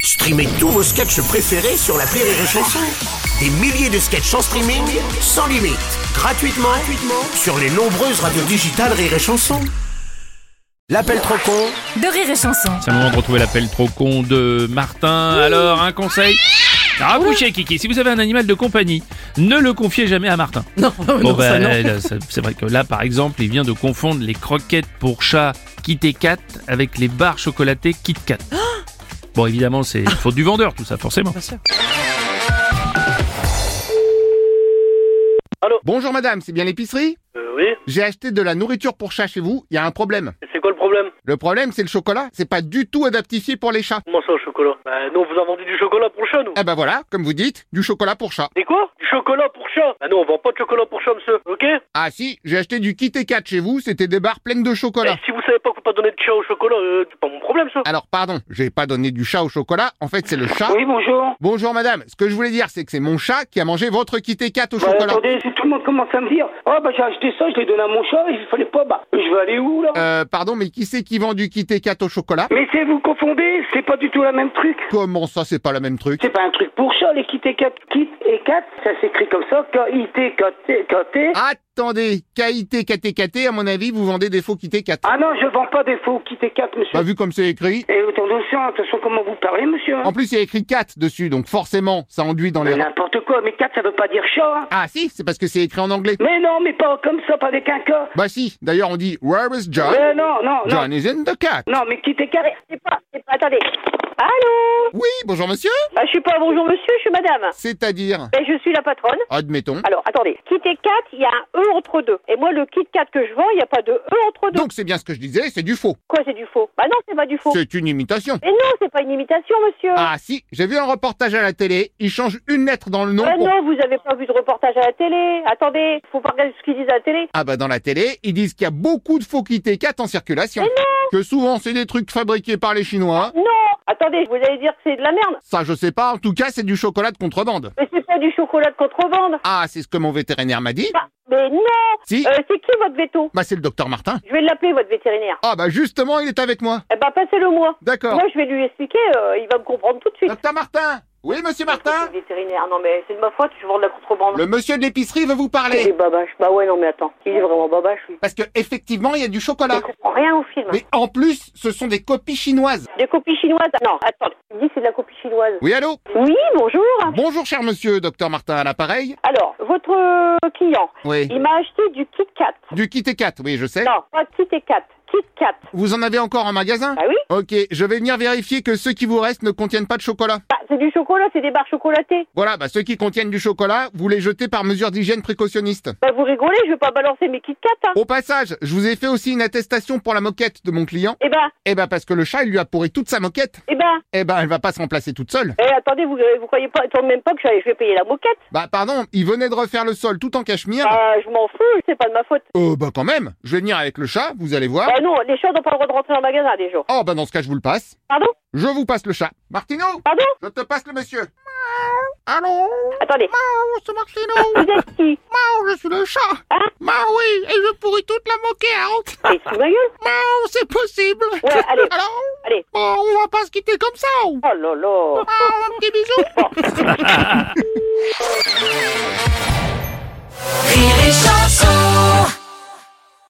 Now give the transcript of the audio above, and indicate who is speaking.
Speaker 1: Streamez tous vos sketchs préférés sur la Rire et Chanson. Des milliers de sketchs en streaming, sans limite, gratuitement, gratuitement sur les nombreuses radios digitales Rire et Chanson. L'appel trop con
Speaker 2: de rire et chanson.
Speaker 3: C'est le moment de retrouver l'appel trop con de Martin. Alors, un conseil Rabouchez Kiki, si vous avez un animal de compagnie, ne le confiez jamais à Martin.
Speaker 4: Non,
Speaker 3: Bon,
Speaker 4: non,
Speaker 3: bah,
Speaker 4: ça, non.
Speaker 3: là, ça- c'est vrai que là, par exemple, il vient de confondre les croquettes pour chat Kit Kat avec les barres chocolatées Kit Kat. Bon, évidemment, c'est faute du vendeur, tout ça, forcément.
Speaker 5: Bonjour madame, c'est bien l'épicerie
Speaker 6: Euh, oui,
Speaker 5: J'ai acheté de la nourriture pour chat chez vous, il y a un problème.
Speaker 6: c'est quoi le problème
Speaker 5: Le problème c'est le chocolat, c'est pas du tout adaptifié pour les chats.
Speaker 6: Comment ça au chocolat Bah non, on vous a vendu du chocolat pour le chat, nous
Speaker 5: Ah bah voilà, comme vous dites, du chocolat pour chat.
Speaker 6: C'est quoi Du chocolat pour chat Bah non, on vend pas de chocolat pour chat, monsieur, ok
Speaker 5: Ah si, j'ai acheté du Kit Kat chez vous, c'était des barres pleines de
Speaker 6: Et
Speaker 5: chocolat.
Speaker 6: Eh, si vous savez pas qu'on pas donner de chat au chocolat, euh, c'est pas mon problème, ça
Speaker 5: Alors pardon, j'ai pas donné du chat au chocolat, en fait c'est le chat.
Speaker 7: Oui, bonjour.
Speaker 5: Bonjour madame, ce que je voulais dire c'est que c'est mon chat qui a mangé votre Kit Kat au
Speaker 7: Bah,
Speaker 5: chocolat.
Speaker 7: attendez, si tout le monde commence à me dire Oh, bah j'ai acheté ça, je l'ai donné à mon chat, il fallait pas, bah je vais aller où là
Speaker 5: Euh, pardon, mais qui c'est qui vend du Kit Kat au chocolat
Speaker 7: Mais c'est vous confondez, c'est pas du tout la même truc.
Speaker 5: Comment ça c'est pas le même truc
Speaker 7: C'est pas un truc pour chat, les kit et cat. Kit et cat, ça s'écrit comme ça, K-I-T, K-T, K-T.
Speaker 5: Attendez, KIT Kat Kat, à mon avis vous vendez des faux Kit Kat.
Speaker 7: Ah non, je vends pas des faux kit et cat, monsieur.
Speaker 5: Bah vu comme c'est écrit,
Speaker 7: Et attention, attention comment vous parlez, monsieur. hein.
Speaker 5: En plus, il y a écrit 4 dessus, donc forcément, ça enduit dans les
Speaker 7: Mais
Speaker 5: rangs.
Speaker 7: N'importe quoi, mais cat ça veut pas dire chat. hein.
Speaker 5: Ah si, c'est parce que c'est écrit en anglais.
Speaker 7: Mais non, mais pas comme ça, pas avec un K.
Speaker 5: Bah si, d'ailleurs on dit Where is John?
Speaker 7: Mais non, non, non.
Speaker 5: John is in the cat.
Speaker 7: Non, mais kit et cat.
Speaker 8: C'est pas, c'est pas, attendez. Allô
Speaker 5: Oui, bonjour monsieur.
Speaker 8: bah, Je suis pas bonjour monsieur, je suis madame.
Speaker 5: C'est-à-dire,
Speaker 8: Ben, je suis la patronne.
Speaker 5: admettons.
Speaker 8: Alors, attendez. Kit et Kat, il y a un E entre deux. Et moi, le Kit Kat que je vends, il n'y a pas de E entre deux.
Speaker 5: Donc c'est bien ce que je disais, c'est du faux.
Speaker 8: Quoi, c'est du faux Bah non, c'est pas du faux.
Speaker 5: C'est une imitation.
Speaker 8: Mais non, c'est pas une imitation, monsieur.
Speaker 5: Ah si, j'ai vu un reportage à la télé, il change une lettre dans le nom
Speaker 8: Ben
Speaker 5: pour...
Speaker 8: non, vous avez pas vu de reportage à la télé. Attendez, faut pas regarder ce qu'ils disent à la télé.
Speaker 5: Ah bah dans la télé, ils disent qu'il y a beaucoup de faux quittés 4 en
Speaker 8: Ah,
Speaker 5: circulation. Que souvent c'est des trucs fabriqués par les Chinois.
Speaker 8: Non Attendez, vous allez dire que c'est de la merde.
Speaker 5: Ça je sais pas, en tout cas c'est du chocolat de contrebande.
Speaker 8: Mais c'est pas du chocolat de contrebande.
Speaker 5: Ah, c'est ce que mon vétérinaire m'a dit.
Speaker 8: Bah, mais non
Speaker 5: Si,
Speaker 8: Euh, C'est qui votre veto
Speaker 5: bah c'est le docteur Martin.
Speaker 8: Je vais l'appeler, votre vétérinaire.
Speaker 5: Ah bah justement, il est avec moi.
Speaker 8: Eh ben, passez-le moi.
Speaker 5: D'accord.
Speaker 8: Moi, je vais lui expliquer, euh, il va me comprendre tout de suite.
Speaker 5: Docteur Martin Oui, monsieur Martin
Speaker 8: Le vétérinaire, Ah non mais c'est de ma faute, je vends de la contrebande.
Speaker 5: Le monsieur de l'épicerie veut vous
Speaker 8: Il est
Speaker 5: parler.
Speaker 8: babache. Bah ouais, non mais attends, il est vraiment babache lui.
Speaker 5: Parce que effectivement, il y a du chocolat.
Speaker 8: Il comprend rien au film.
Speaker 5: Mais en plus, ce sont des copies chinoises.
Speaker 8: Des copies chinoises Non, attends, il dit c'est de la copie chinoise.
Speaker 5: Oui, allô
Speaker 8: Oui, bonjour.
Speaker 5: Bonjour, cher monsieur, docteur Martin à l'appareil.
Speaker 8: Alors, votre euh, client,
Speaker 5: Oui.
Speaker 8: il m'a acheté du Kit Kat.
Speaker 5: Du Kit et Kat, oui, je sais.
Speaker 8: Non, pas Kit et Kat, Kit Kat.
Speaker 5: Vous en avez encore en magasin
Speaker 8: Bah oui,
Speaker 5: Ok, je vais venir vérifier que ceux qui vous restent ne contiennent pas de chocolat.
Speaker 8: bah, c'est du chocolat, c'est des barres chocolatées.
Speaker 5: Voilà, bah ceux qui contiennent du chocolat, vous les jetez par mesure d'hygiène précautionniste.
Speaker 8: Bah vous rigolez, je vais pas balancer mes Kit Kat. Hein.
Speaker 5: Au passage, je vous ai fait aussi une attestation pour la moquette de mon client.
Speaker 8: Eh ben,
Speaker 5: Eh ben parce que le chat, il lui a pourri toute sa moquette.
Speaker 8: eh ben,
Speaker 5: Eh ben elle va pas se remplacer toute seule.
Speaker 8: eh, attendez, vous, vous croyez pas, attendez même pas que j'allais- je vais payer la moquette
Speaker 5: Bah pardon, il venait de refaire le sol tout en cachemire.
Speaker 8: Bah je m'en fous, c'est pas de ma faute.
Speaker 5: Euh, bah quand même, je vais venir avec le chat, vous allez voir.
Speaker 8: Bah non, les chats n'ont pas le droit de rentrer dans le magasin déjà.
Speaker 5: Oh bah dans ce cas, je vous le passe.
Speaker 8: Pardon
Speaker 5: Je vous passe le chat. Martino
Speaker 8: Pardon
Speaker 5: Je te passe le monsieur. Allô
Speaker 8: Attendez,
Speaker 5: Mao, c'est Martino
Speaker 8: vous êtes qui
Speaker 5: Mao, je suis le chat
Speaker 8: Hein
Speaker 5: Mao, oui, et je pourris toute la moquette
Speaker 8: T'es sous ma gueule
Speaker 5: Mao, c'est possible
Speaker 8: Ouais, allez.
Speaker 5: Alors
Speaker 8: Allez.
Speaker 5: Bon, on va pas se quitter comme ça oh.
Speaker 8: Oh là là
Speaker 3: Ah,
Speaker 5: Mao, un petit bisou
Speaker 2: Rire et chanson.